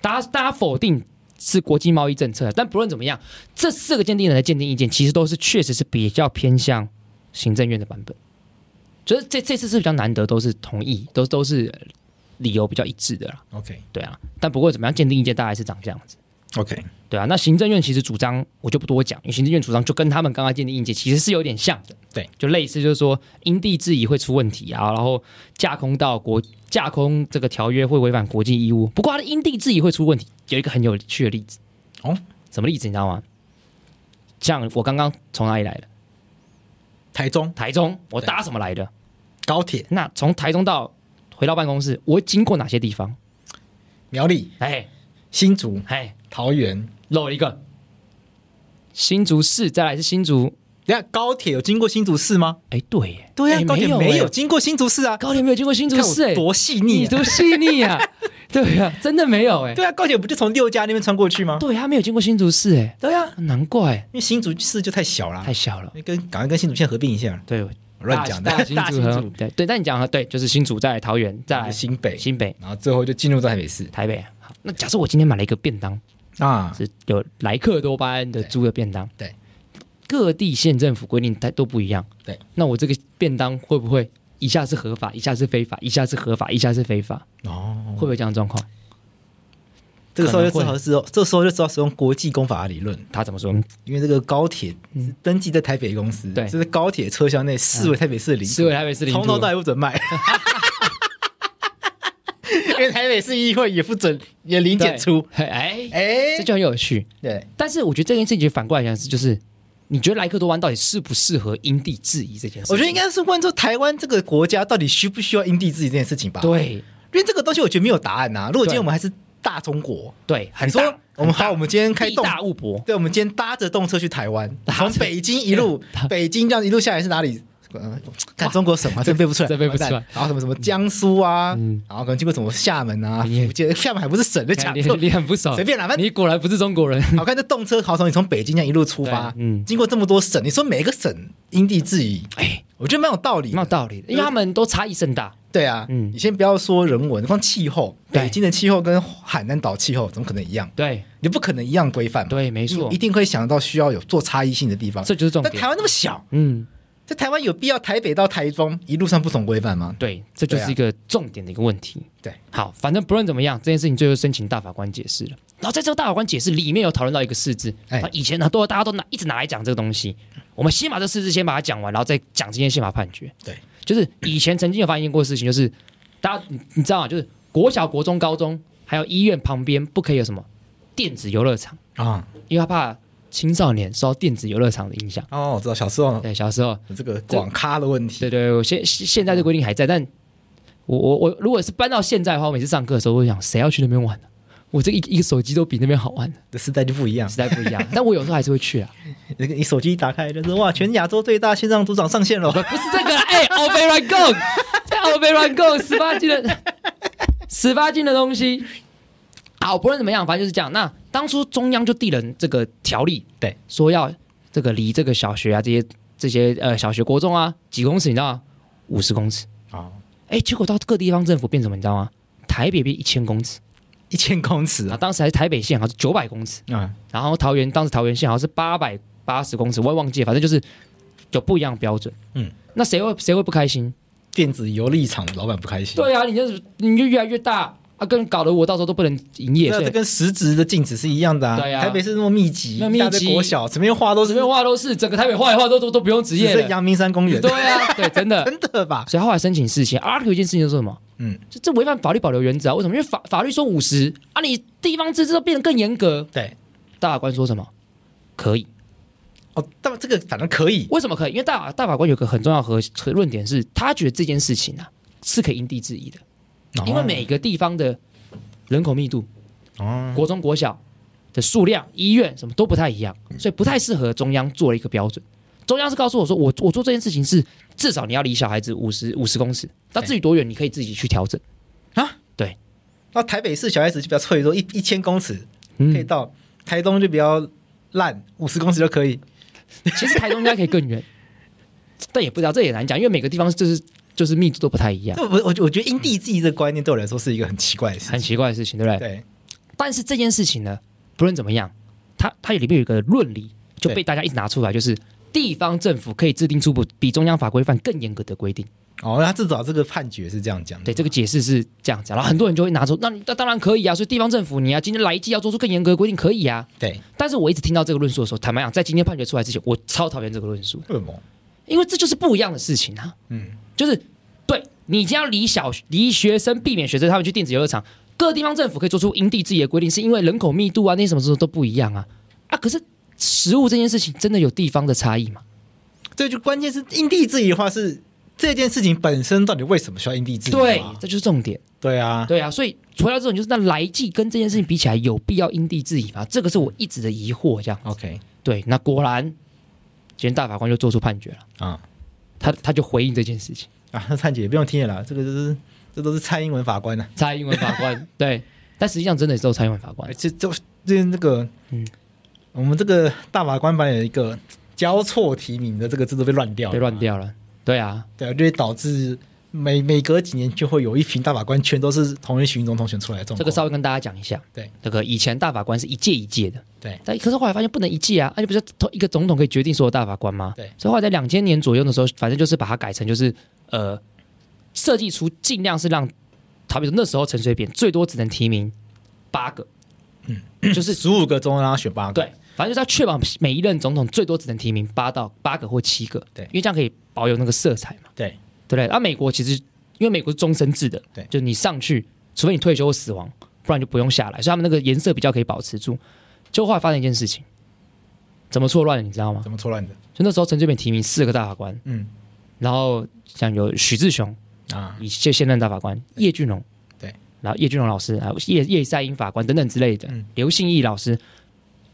大家大家否定是国际贸易政策，但不论怎么样，这四个鉴定人的鉴定意见其实都是确实是比较偏向行政院的版本，就是这这次是比较难得都是同意，都都是呃理由比较一致的啦，
，OK
对啊。但不过怎么样，鉴定意见大概是长这样子，
OK，
对啊。那行政院其实主张我就不多讲，因为行政院主张就跟他们刚刚鉴定意见其实是有点像的，
对，
就类似就是说因地制宜会出问题啊，然后架空到国架空这个条约会违反国际义务。不过它的因地制宜会出问题，有一个很有趣的例子。
哦，
什么例子你知道吗？像我刚刚从哪里来的？
台中
台中，我
对
搭什么来的？
高铁
那从台中到回到办公室，我会经过哪些地方？
苗栗
哎
新竹
哎，
桃园，
漏了一个新竹市，再来是新竹。
等一下高铁有经过新竹市吗？
哎，对耶，
对呀
哎，
高铁
没
没有
耶
经过新竹市啊，
高铁没有经过新竹
看
市，哎
我，多细腻
你
啊，
多细腻
*laughs*
啊！对呀、真的没有哎，
对啊，啊高铁不就从六家那边穿过去吗？
对，他没有经过新竹市，哎，
对啊，
难怪
因为新竹市就太小了
太，小了。
跟赶快跟新竹县合并一下，
对，
啊乱讲的
大大
大
新竹
新
和
竹
对对，但你讲的对，就是新竹再来桃园，再来
新北，
新北、
然后最后就进入到台北市
台北。好那假设我今天买了一个便当，
啊。
是有莱克多巴胺的猪的便当，
对对
各地县政府规定它都不一样，
对，
那我这个便当会不会一下是合法，一下是非法，一下是合法，一下是非法，
哦
会，不会这样的状况？
这个时候就
可
只
能
好是用，这时候就只好使用国际公法的理论，
他怎么说？
因为这个高铁是登记在台北公司，
对
这是高铁车厢内视为台北市的领
是
土
为，台北市领
从
土
头到尾不准卖。 *laughs* 因为台北市议会也不准也零
对
检出，
嘿哎，
哎
这，就很有趣。
对，
但是我觉得这件事情反过来讲是，就是你觉得莱克多湾到底适不适合因地制宜这件事情？
我觉得应该是问说台湾这个国家到底需不需要因地制宜这件事情吧？，
对
因为这个东西我觉得没有答案啊呐。如果
对
今天我们还是大中国，
对，很
你
多
说我们好，我们今天开
地
动，
大物博， *laughs*
对，我们今天搭着动车去台湾，
搭着
从北京一路
*laughs* 搭，
北京这样一路下来是哪里？呃，看中国省啊，真背不出来，
真背不出来
完蛋。然后什么什么江苏啊，
嗯
然后可能经过什么厦门啊、
你也
福建，厦门还不是省的，讲
你
错。
哎你很不爽
随，便啦，反正
你果然不是中国人。
*laughs* 好看这动车好从你从北京这样一路出发，
对嗯
经过这么多省，你说每一个省因地制宜，
哎，
我觉得蛮有道理的。
蛮有道理的，因为他们都差异甚大。
对啊，
嗯
你先不要说人文，光气候，
对
北京的气候跟海南岛气候怎么可能一样？
对
你不可能一样规范嘛，
对，没错
你一，定会想到需要有做差异性的地方。
这就是重
但
点
台。湾那么小，
嗯，
在台湾有必要台北到台中一路上不同规范吗？
对，这就是一个重点的一个问题。
啊对，
好，反正不论怎么样，这件事情最后申请大法官解释了。然后在这个大法官解释里面有讨论到一个四字，
哎
啊，以前呢都大家都拿一直拿来讲这个东西。我们先把这四字先把它讲完，然后再讲今天宪法判决。
对，
就是以前曾经有发现过的事情，就是大家你你知道吗？就是国小、国中、高中还有医院旁边不可以有什么电子游乐场，
啊，
因为他怕青少年受到电子游乐场的影响。
哦，我知道小时候
对，小时候
有这个广咖的问题，
对对，我现现现在这规定还在，但我我我如果是搬到现在的话，我每次上课的时候，我会想谁要去那边玩呢、我这一一个手机都比那边好玩，
这时代就不一样
实。在不一样。但我有时候还是会去啊，
那个你手机一打开就是哇，全亚洲最大线上赌场上线了 *laughs*
不，不是这个啦，哎 o v e r r u n Go，在 o v e r r u n Go 十八禁的十八禁的东西。好，不论怎么样，反正就是这样。那当初中央就定了这个条例，
对，
说要这个离这个小学啊，这些这些呃小学、国中啊几公尺，你知道吗？五十公尺。
啊，
哎，结果到各地方政府变什么，你知道吗？台北变一千公尺，
一千公尺
然后
啊，
当时还是台北县好像是九百公尺，
啊，
然后桃园当时桃园县好像是八百八十公尺，我也忘记了，反正就是有不一样的标准。
嗯，
那谁会谁会不开心？
电子游乐场老板不开心。
对啊，你就是你就越来越大啊，跟搞得我到时候都不能营业，
那
所
啊这
以
跟实质的禁止是一样的啊。
对啊
台北是那么密集，
那密集
一大堆国小，随便画都
我随
是
便画都是整个台北画一画都都都不用职
只
业
剩
了。
阳明山公园，
对啊，对，真
*laughs*
的。
真的吧？
所以后来申请事情，argue 一件事情就是什么？
嗯，
这这违反法律保留原则啊？为什么？因为法法律说五十啊，你地方自治都变得更严格。
对，
大法官说什么？可以。
哦，但这个反正可以，
为什么可以？因为大大法官有个很重要的核核论点是，他觉得这件事情啊是可以因地制宜的，因为每个地方的人口密度、
哦
国中、国小的数量、医院什么都不太一样，所以不太适合中央做了一个标准。中央是告诉我说，我我做这件事情是至少你要离小孩子五十五十公尺，那至于多远，你可以自己去调整。
啊，
对，
那台北市小孩子就比较脆弱，一一千公尺可以
嗯，
到，台东就比较烂，五十公尺就可以。
其实台中应该可以更远， *laughs* 但也不知道，这也难讲，因为每个地方就是就是密度都不太一样，
那我我我觉得因地制宜这个观念对我来说是一个很奇怪的事
很
情。
奇怪的事情，对不对？
对，
但是这件事情呢，不论怎么样，它它里面有一个论理就被大家一直拿出来，就是地方政府可以制定出不比中央法规范更严格的规定。
哦，那至少这个判决是这样讲的。
对，这个解释是这样啊讲，然后很多人就会拿出，那你那当然可以啊，所以地方政府你啊，今天来一季要做出更严格的规定，可以啊。
对，
但是我一直听到这个论述的时候，坦白讲，在今天判决出来之前，我超讨厌这个论述的，
为什么？
因为这就是不一样的事情啊。
嗯，
就是对你今天要离小离学生，避免学生他们去电子游乐场，各地方政府可以做出因地制宜的规定，是因为人口密度啊那些什么什么都不一样啊啊！可是食物这件事情真的有地方的差异吗？
这就关键是因地制宜的话是这件事情本身到底为什么需要因地制宜嘛？
对，这就是重点。
对啊，
对啊，所以回到这种就是那来记跟这件事情比起来，有必要因地制宜吗？这个是我一直的疑惑。这样
OK
对，那果然今天大法官就做出判决了，
啊
他他就回应这件事情。
啊，那判决也不用听了啦，这个就是这都是蔡英文法官啊呐、
蔡英文法 *laughs* 官对，但实际上真的只有蔡英文法官
啊，。这这这那个，嗯
嗯，
我们这个大法官把有一个交错提名的这个制度被乱掉了，
被乱，掉了。对啊，
对啊，就会导致每每隔几年就会有一群大法官全都是同一群总统选出来的状况，
这个稍微跟大家讲一下。
对，
这个以前大法官是一届一届的，
对
但可是后来发现不能一届啊，那、就不是同一个总统可以决定所有大法官吗？
对
所以后来在两千年左右的时候，反正就是把它改成就是呃，设计出尽量是让，好比说那时候陈水扁最多只能提名八个，嗯，就是
十五个中让他选八个，
对，反正就是要确保每一任总统最多只能提名八到八个或七个，
对
因为这样可以保有那个色彩嘛，
对
对不对？那、美国其实因为美国是终身制的，
对
就是你上去，除非你退休或死亡，不然就不用下来，所以他们那个颜色比较可以保持住。就后来发现一件事情，怎么错乱了，你知道吗？
怎么错乱的？
就那时候陈水扁提名四个大法官，
嗯
然后像有许志雄，
啊，
以现现任大法官叶俊荣，
对，
然后叶俊荣老师啊，叶叶赛英法官等等之类的，
嗯
刘信义老师，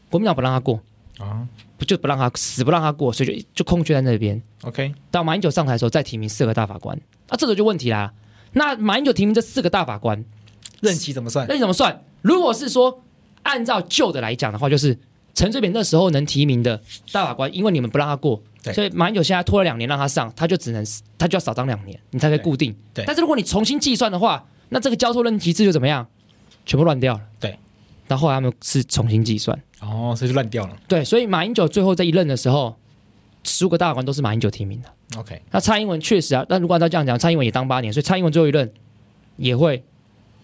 国民党不让他过，
啊
不就不让他死不让他过，所以就就空缺在那边。
，OK，
到马英九上台的时候再提名四个大法官，啊，这个就问题啦。那马英九提名这四个大法官，
任期怎么算？
那你怎么算？如果是说按照旧的来讲的话，就是陈水扁那时候能提名的大法官，因为你们不让他过，
对
所以马英九现在拖了两年让他上，他就只能他就要少当两年，你才可以
对
固定。
对
但是如果你重新计算的话，那这个交错任期制就怎么样？全部乱掉了。
对。
然后后来他们是重新计算，
哦，所以就乱掉了。
对，所以马英九最后这一任的时候，十五个大法官都是马英九提名的。
OK，
那蔡英文确实啊，但如果按照这样讲，蔡英文也当八年，所以蔡英文最后一任也会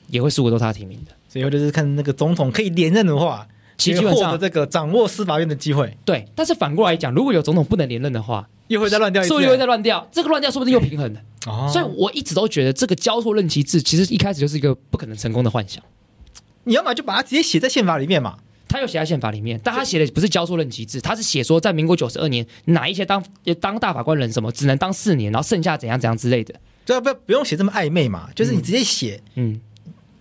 也会十五都是他提名的。
所以后就是看那个总统可以连任的话，
其实
就
基
会
本
获得
上
这个掌握司法院的机会，
对，但是反过来讲，如果有总统不能连任的话，
又会再乱掉一次。
说不定又会再乱掉，这个乱掉说不定又平衡了。
哦，
所以我一直都觉得这个交错任期制其实一开始就是一个不可能成功的幻想。
你要么就把它直接写在宪法里面嘛。
他有写在宪法里面，但他写的不是交错任期制，他是写说在民国九十二年哪一些当当大法官人什么只能当四年，然后剩下怎样怎样之类的。
对啊，不不用写这么暧昧嘛，就是你
嗯
直接写
嗯，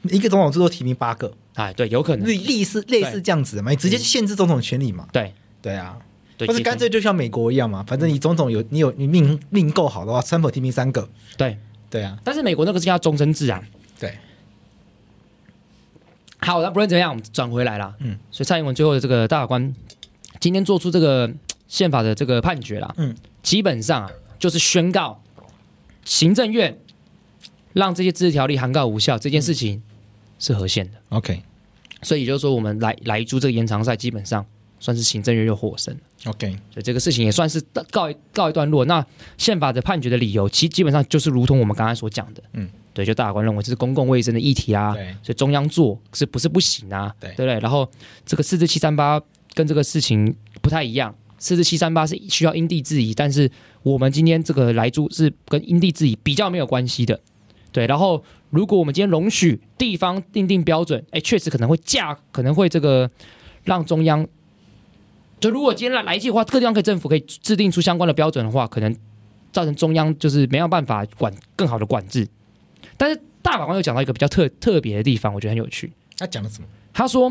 一个总统最多提名八个，
哎，对，有可能，
类类似类似这样子的嘛，你直接限制总统权利嘛。
对
对啊，
嗯对，
或者
其实
干脆就像美国一样嘛，反正你总统有你有你命命够好的话，川普提名三个。
对，
对啊，
但是美国那个是叫终身制啊。
对，
好，那不论怎么样，我们转回来啦。嗯
嗯，
所以蔡英文最后的这个大法官今天做出这个嘖宪法的这个判决啦，嗯
嗯，
基本上啊就是宣告行政院让这些自治条例函告无效这
嗯
件事情是合宪的，
OK
所以也就是说我们来来租这个延长赛基本上算是行政院又获胜了。
OK，
所以这个事情也算是到告一告一段落。那宪法的判决的理由，其基本上就是如同我们刚才所讲的，嗯
嗯，
对，就大法官认为这是公共卫生的议题啊，
对
所以中央做是不是不行啊？
对
不对？然后这个四至七三八跟这个事情不太一样，四至七三八是需要因地制宜，但是我们今天这个来租是跟因地制宜比较没有关系的，对。然后如果我们今天容许地方定定标准，哎，确实可能会价，可能会这个让中央。就如果今天来来计的话，各地方可以政府可以制定出相关的标准的话，可能造成中央就是没有办法管更好的管制。但是大法官又讲到一个比较特特别的地方，我觉得很有趣。
他讲了什么？
他说，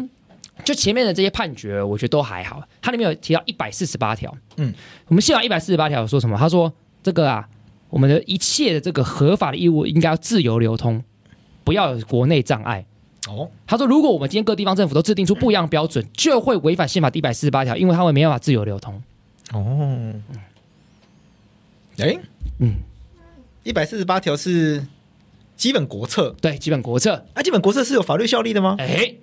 就前面的这些判决，我觉得都还好。它里面有提到一百四十八条，嗯
嗯，
我们宪法一百四十八条有说什么？他说这个啊，我们的一切的这个合法的义务应该要自由流通，不要有国内障碍。
哦，
他说，如果我们今天各地方政府都制定出不一样的标准，就会违反宪法第一百四十八条，因为它会没办法自由流通。
哦，哎，
嗯
嗯，一百四十八条是基本国策，
对，基本国策，
啊，基本国策是有法律效力的吗？
哎，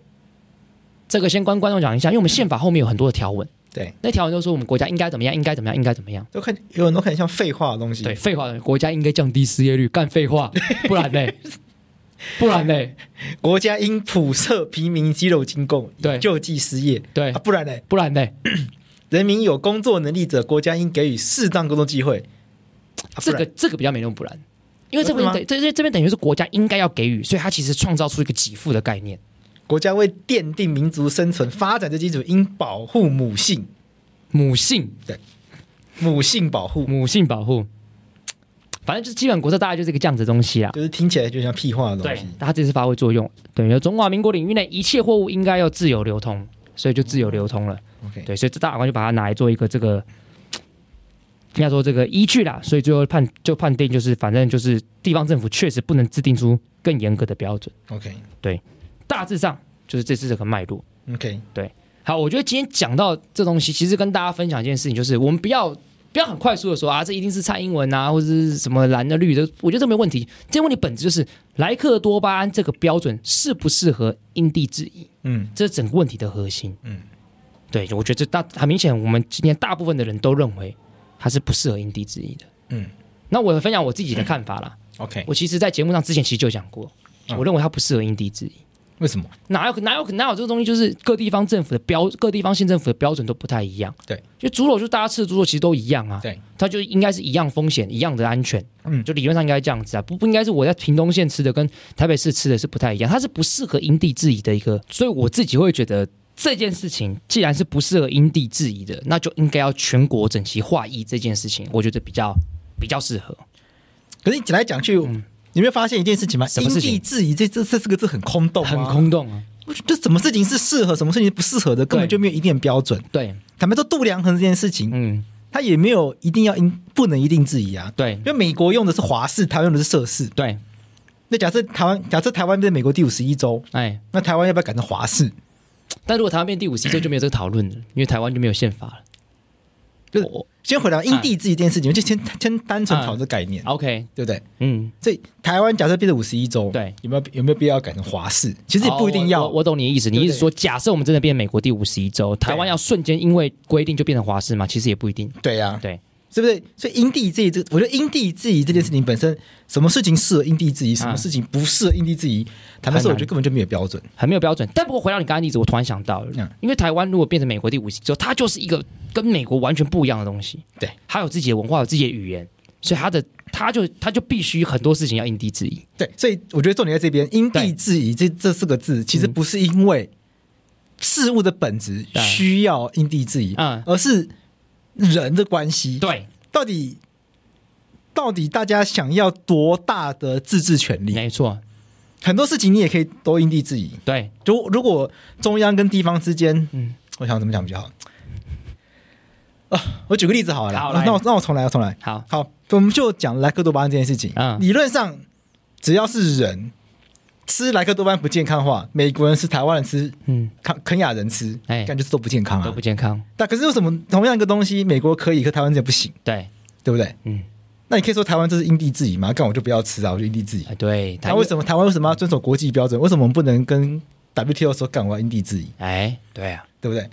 这个先跟观众讲一下，因为我们宪法后面有很多的条文，
对，
那条文就说我们国家应该怎么样，应该怎么样，应该怎么样。
都看有很多很像废话的东西。
对，，废话，国家应该降低失业率，干废 *laughs* 话，不然呢？不然呢？
国家应普设平民肌肉精工，
对
以救济失业。
对
啊，，不然呢？
不然呢？
人民有工作能力者，国家应给予适当工作机会。啊
这
不
个
然
这个比较没那么不然，因为这边
真的吗
等这这这边等于是国家应该要给予，所以它其实创造出一个给付的概念。
国家为奠定民族生存发展的基础，应保护母性，
母性，
母性保护，
母性保护，反正就是基本国策大概就是一个这样子的东西啊。
就是听起来就像屁话的东西。
它这次发挥作用，等于中华民国领域内一切货物应该要自由流通，所以就自由流通了。
嗯 OK，
对，所以这大法官就把它拿来做一个这个，应该说这个依据啦。所以最后判就判定就是，反正就是地方政府确实不能制定出更严格的标准。
OK
大致上就是这次这个脉络。
OK，
好，我觉得今天讲到这东西，其实跟大家分享一件事情，就是我们不要不要很快速的说啊，这一定是蔡英文啊，或者是什么蓝的绿的，我觉得这没问题。这问题本质就是莱克多巴胺这个标准适不适合因地制宜。
嗯，
这是整个问题的核心。嗯
嗯，
对，我觉得这大很明显，我们今天大部分的人都认为它是不适合因地制宜的。嗯
嗯，
那我分享我自己的看法啦。
OK，
我其实，在节目上之前其实就讲过，
嗯
我认为它不适合因地制宜。
为什么？
哪有哪有哪有这个东西？就是各地方政府的标，各地方县政府的标准都不太一样。
对，
就猪肉，就大家吃的猪肉其实都一样啊。
对，
它就应该是一样风险，一样的安全。嗯，
嗯
就理论上应该这样子啊，不不应该是我在屏东县吃的跟台北市吃的是不太一样，它是不适合因地制宜的一个，所以我自己会觉得。这件事情既然是不适合因地制宜的，那就应该要全国整齐划一。这件事情，我觉得比较比较适合。
可是你讲来讲去，你有没有发现一件事情吗？
什么
因
事情
地制宜这这这四个字很空洞、啊，
很。空洞啊，
这什么事情是适合，什么事情不适合的，根本就没有一定的标准。
对，
坦白说，度量衡这件事情，
嗯，
它也没有一定要因不能一定制宜啊。
对
因为美国用的是华氏，台湾用的是摄氏。
对，
那假设台湾假设台湾变成美国第五十一州，
哎，
那台湾要不要改成华氏？
但如果台湾变第五十一州就没有这个讨论了，因为台湾就没有宪法了。哦
就是先回答因地制宜这件事情，我就先先单纯讨论这概念，
OK，
对不对？
嗯，
所以台湾假设变成五十一州，
对，
有没有有没有必要改成华氏？其实也不一定要，
哦我我我懂你的意思，你意思说，假设我们真的变美国第五十一州，台湾要瞬间因为规定就变成华氏嘛？其实也不一定。
对呀、
对，
是不是？所以因地制宜，这我觉得因地制宜这件事情本身，什么事情适合因地制
啊
宜，什么事情不适合因地制宜，坦白说，我觉得根本就没有标准。
很没有标准。但不过回到你刚刚例子，我突然想到了，
嗯
因为台湾如果变成美国第五十之后，它就是一个跟美国完全不一样的东西，
对，
它有自己的文化，有自己的语言，所以它的它就它就必须很多事情要因地制宜。
对，所以我觉得重点在这边，因地制宜这这四个
嗯
字，其实不是因为事物的本质
嗯
需要因地制宜，
嗯
而是人的关系，
对，
到底到底大家想要多大的自治权利？
没错，
很多事情你也可以都因地制宜。
对，
如如果中央跟地方之间，
嗯，
我想怎么讲比较好？啊，我举个例子好了啦，
好
那
来
那我那我重来，我重来。
好，
好，我们就讲莱克多巴胺这件事情。
嗯
理论上只要是人吃莱克多巴胺不健康的话，美国人吃、台湾人吃、
嗯，
肯肯亚人吃，
哎
感觉都不健康
都
啊
不。健康，
但可是为什么同样一个东西，美国可以，可台湾这不行，
对，
对不对？
嗯，
那你可以说台湾这是因地制宜嘛？干我就不要吃啊，我就因地制宜。
哎，对，
那为什
么？
么台湾为什么要遵守国际标准？为什么我们不能跟 WTO 说干我要因地制宜？
哎，对啊。
对不对？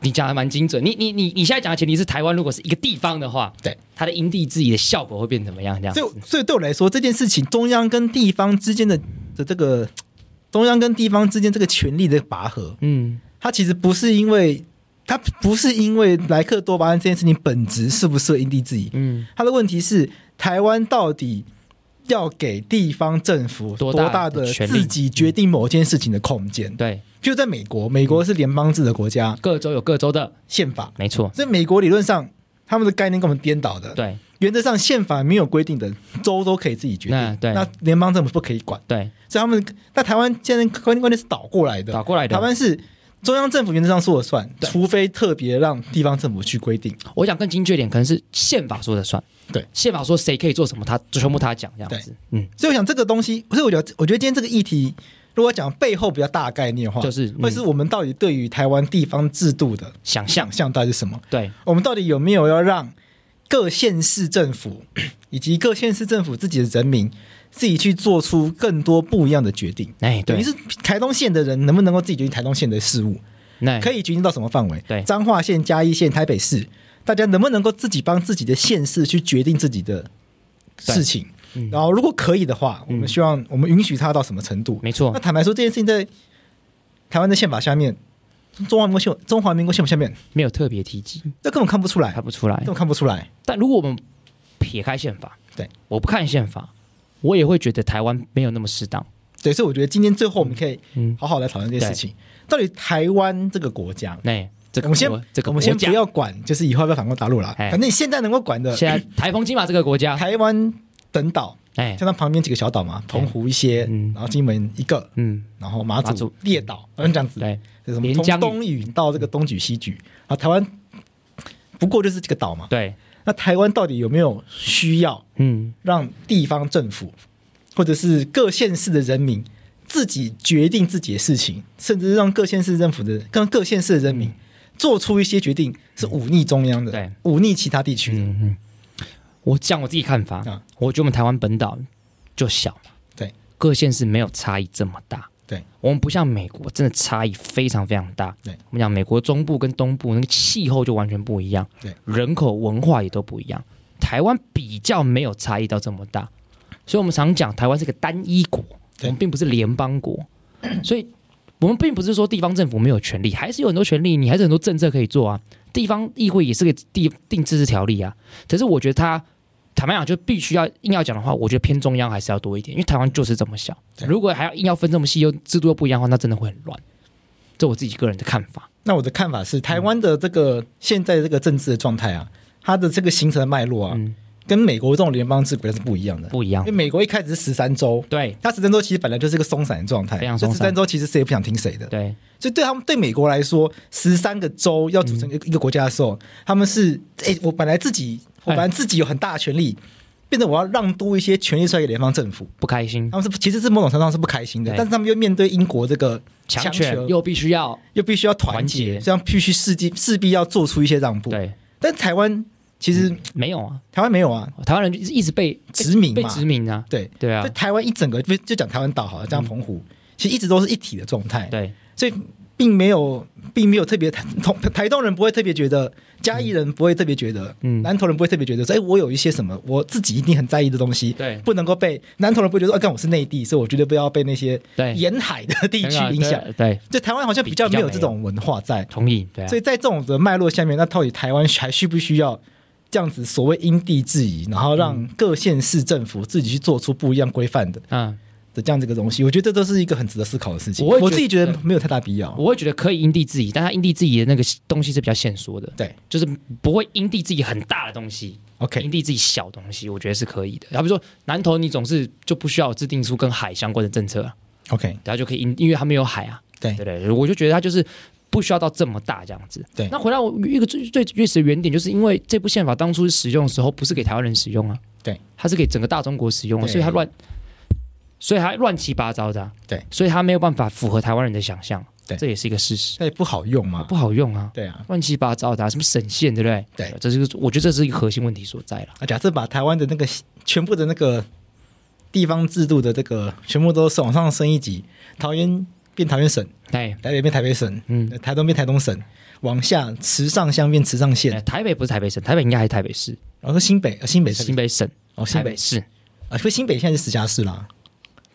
你讲的蛮精准，你你你你现在讲的前提是台湾如果是一个地方的话，
对
它的因地制宜的效果会变怎么样？这样
所
子
以，所以对我来说，这件事情中央跟地方之间的的这个中央跟地方之间这个权力的拔河，
嗯，
它其实不是因为它不是因为莱克多巴胺这件事情本质是不是因地制宜，
嗯，
它的问题是台湾到底要给地方政府
多
多
大
大
的
的
权力
自己决定某件事情的空间？
对，
就在美国，美国是联邦制的国家，
各州有各州的，
宪法，
没错，
所以美国理论上他们的概念跟我们颠倒的。
对
原则上宪法没有规定的，州都可以自己决
那
定，
对
那联邦政府不可以管，
对，
所以他们那台湾现在关键关键是倒过来的，
倒过来的
台湾是中央政府原则上说了算，
哎对
除非特别让地方政府去规定，
我讲更精确一点，可能是宪法说的算。
对，
宪法说谁可以做什么，他全部他讲这样子。嗯，
所以我想这个东西，所以我觉得我觉得今天这个议题，如果讲背后比较大的概念的话，
就是嗯
会是我们到底对于台湾地方制度的
想象
想象到底是什么？
对
我们到底有没有要让各县市政府 *clears throat* 以及各县市政府自己的人民自己去做出更多不一样的决定？
哎
等
对
于，是台东县的人能不能够自己决定台东县的事务，
那
可
以
以决定到什么范围？
哎对
彰化县、嘉义县、台北市，大家能不能够自己帮自己的县市去决定自己的事情
对嗯？嗯
然后，如果可以的话，我们希望我们允许他到什么程度？
没错
那，坦白说，这件事情在台湾的宪法下面，中华民国宪中华民国宪法下面，
没有特别提及，
这根本看不出来
看，不出来
根。本看不出来。
但如果我们撇开宪法，
对，
我不看宪法，我也会觉得台湾没有那么适当。
对，所以我觉得今天最后我们可以
嗯，
好好来讨论这件事情，到底台湾这个国家，
那哎这个
我们先
国这个
我们先
国家
不要管，就是以后要不要反攻大陆啦。
哎
反正你现在能够管的，
现在台风金马这个国家，
台湾本岛，
哎
加上旁边几个小岛嘛，澎湖一些，
嗯
然后金门一个，
嗯
然后马
马
祖
祖、嗯
列岛，反正这样子，
对
就是什
连
么
江屿
从东屿到这个东举西举，啊，台湾不过就是这个岛嘛。
对
那台湾到底有没有需要
嗯
让地方政府或者是各县市的人民自己决定自己的事情，甚至让各县市政府的让各县市的人民做出一些决定，是忤逆中央的，
嗯对，
忤逆其他地区的，
嗯嗯，我讲我自己看法
啊，
我觉得我们台湾本岛就小嘛，
对，
各县市没有差异这么大。
对，
我们不像美国，真的差异非常非常大。
对
我们讲美国中部跟东部那个气候就完全不一样，
对，
人口文化也都不一样。台湾比较没有差异到这么大，所以我们常讲台湾是个单一国，我
对
们并不是联邦国，所以我们并不是说地方政府没有权利，还是有很多权利，你还是有很多政策可以做啊。地方议会也是个地定自治条例啊，可是我觉得它坦白讲，就必须要硬要讲的话，我觉得偏中央还是要多一点，因为台湾就是这么小。
对
如果还要硬要分这么细，又制度又不一样的话，那真的会很乱。这我自己个人的看法。
那我的看
嗯
法是，台湾的这个现在这个政治的状态啊，它的这个形成的脉络啊，
嗯
跟美国这种联邦制国家是不一样的。
不一样
因为。美国一开始是十三州，
对
它十三州其实本来就是一个松散的状态
非常，松
所
散
以十三州其实谁也不想听谁的。
对，
所以对他们对美国来说，十三个州要组成一
嗯
个一个国家的时候，他们是哎，我本来自己
哎
我本来自己有很大的权利，变成我要让渡一些权利出来给联邦政府，
不开心
他，们是其实是某种程度上是不开心的，
对
但是他们又面对英国这个
强
权
权又必须要
又必须要团
团结
结，这样必须势必势必要做出一些让步。
对，
但台湾其实、
没有啊，
台湾没有啊，
台湾人就一直被
殖民
被
嘛，
殖民啊，
对
对啊嗯
就，台湾一整个就就讲台湾岛好了，讲澎湖，其实一直都是一体的状态，
对，
所以并没有并没有特别台同台东人不会特别觉得，嘉义人不会特别觉得，
嗯
南投人不会特别觉得说，哎、我有一些什么我自己一定很在意的东西，
对
不能够被南投人不会觉得说，啊，干我是内地，所以我绝对不要被那些
对
沿海的地区影响。
对，对，
就台湾好像比较
比较
没有
没
这
有
种文化在，
同意，对啊
所，以在这种的脉络下面，那到底台湾还需不需要这样子所谓因地制宜，然后让各县市政府自己去做出不一样规范的
嗯，
的这样子一个东西？我觉得这都是一个很值得思考的事情。
我会觉得
自己觉得没有太大必要。
我会觉得可以因地制宜，但它因地制宜的那个东西是比较限缩的，
对
就是不会因地制宜很大的东西，因
，OK，
地制宜小的东西，我觉得是可以的。好比说南投，你总是就不需要制定出跟海相关的政策啊，
OK，
然后就可以因，因为它没有海啊，
对
对不对，我就觉得它就是。不需要到这么大这样子。
对
那回到我一个最最最始的原点，就是因为这部宪法当初使用的时候，不是给台湾人使用啊，
对，
它是给整个大中国使用啊，
对
所以它乱，所以它乱七八糟的啊、
对
所以它没有办法符合台湾人的想象，
对
这也是一个事实，
那也不好用嘛
不。好用啊，
对啊，
乱七八糟的、啊，什么省县，对不对？
对
这是一个我觉得这是一个核心问题所在了。
啊假设把台湾的那个全部的那个地方制度的这个全部都是往上升一级，桃园变桃园省，
哎，
台北变台北省，呃
嗯，
台东变台东省，往下池上乡变池上县
哎，台北不是台北省，台北应该还是台北市，
然后是新北，呃新北才
新北省，
哦，新
台
北
北市。
啊，因为新北现在是直辖市啦，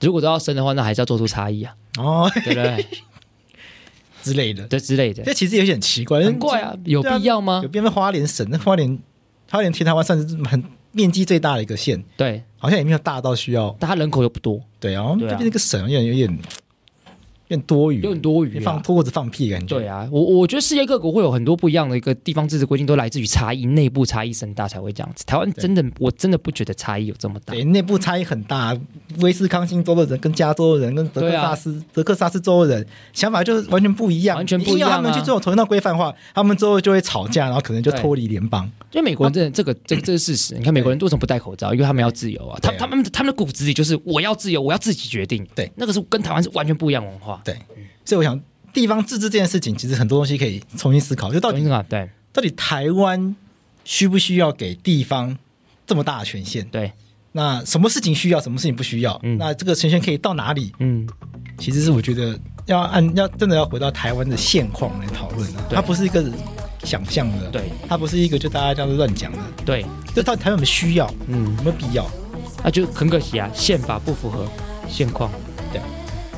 如果都要升的话，那还是要做出差
*laughs*
异啊，
哦
对不对？
之类的。
这之类的，
这其实有点奇怪，
很怪啊，有必要吗
有？变成花莲省，那花莲花莲天台湾算是很面积最大的一个县，
对，
好像也没有大到需要
但它人口又不多，
对啊，然后就
对啊
变成一个省，有点有点有点多余，
有很多余
嗯放
啊。
拖或者放屁的感觉。
对啊，我我觉得世界各国会有很多不一样的一个地方自治规定，都来自于差异，内部差异甚大才会这样子。台湾真的，我真的不觉得差异有这么大。
对，内部差异很大。威斯康星州的人跟加州的人跟德克萨斯、德克萨斯州的人想法就是完全不一样，
啊完全不一
你硬
样啊
要他们去做同样的规范化，他们之后就会吵架，然后可能就
对
脱离联邦。
因为美国人真的这个这个这是事实。你看美国人为什么不戴口罩？因为他们要自由啊，他
对啊
他们他们的骨子里就是我要自由，我要自己决定。
对
那个是跟台湾是完全不一样文化。
对，所以我想地方自治这件事情，其实很多东西可以重新思考，就到底
懂啊，对
到底台湾需不需要给地方这么大的权限？
对，
那什么事情需要，什么事情不需要？
嗯
那这个权限可以到哪里？
嗯，
其实是我觉得要按要真的要回到台湾的现况来讨论啊，
对
它不是一个想象的，
对，
它不是一个就大家这样乱讲的，
对，
就到底台湾有没有需要，
嗯
有，没有必要？
那就很可惜啊，宪法不符合现况。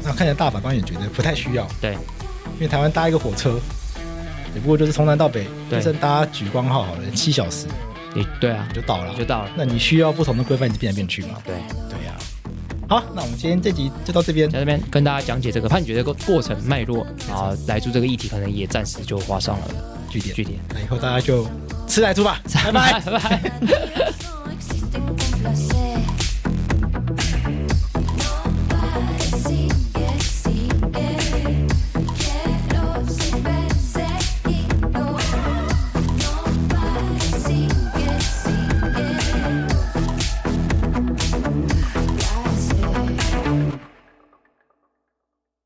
那看起来大法官也觉得不太需要，
对，
因为台湾搭一个火车，只不过就是从南到北，
对
就算搭莒光号好了，七小时
你对啊
你，就到了
你就。到了。
那你需要不同的规范，你就变来变去嘛？
对，
对呀、好，那我们今天这集就到这边。
在这边跟大家讲解这个判决的过过程脉络啊，来住这个议题可能也暂时就画上了
据点
据点。
那以后大家就吃来猪吧，拜拜。
拜拜。
No existe complacer.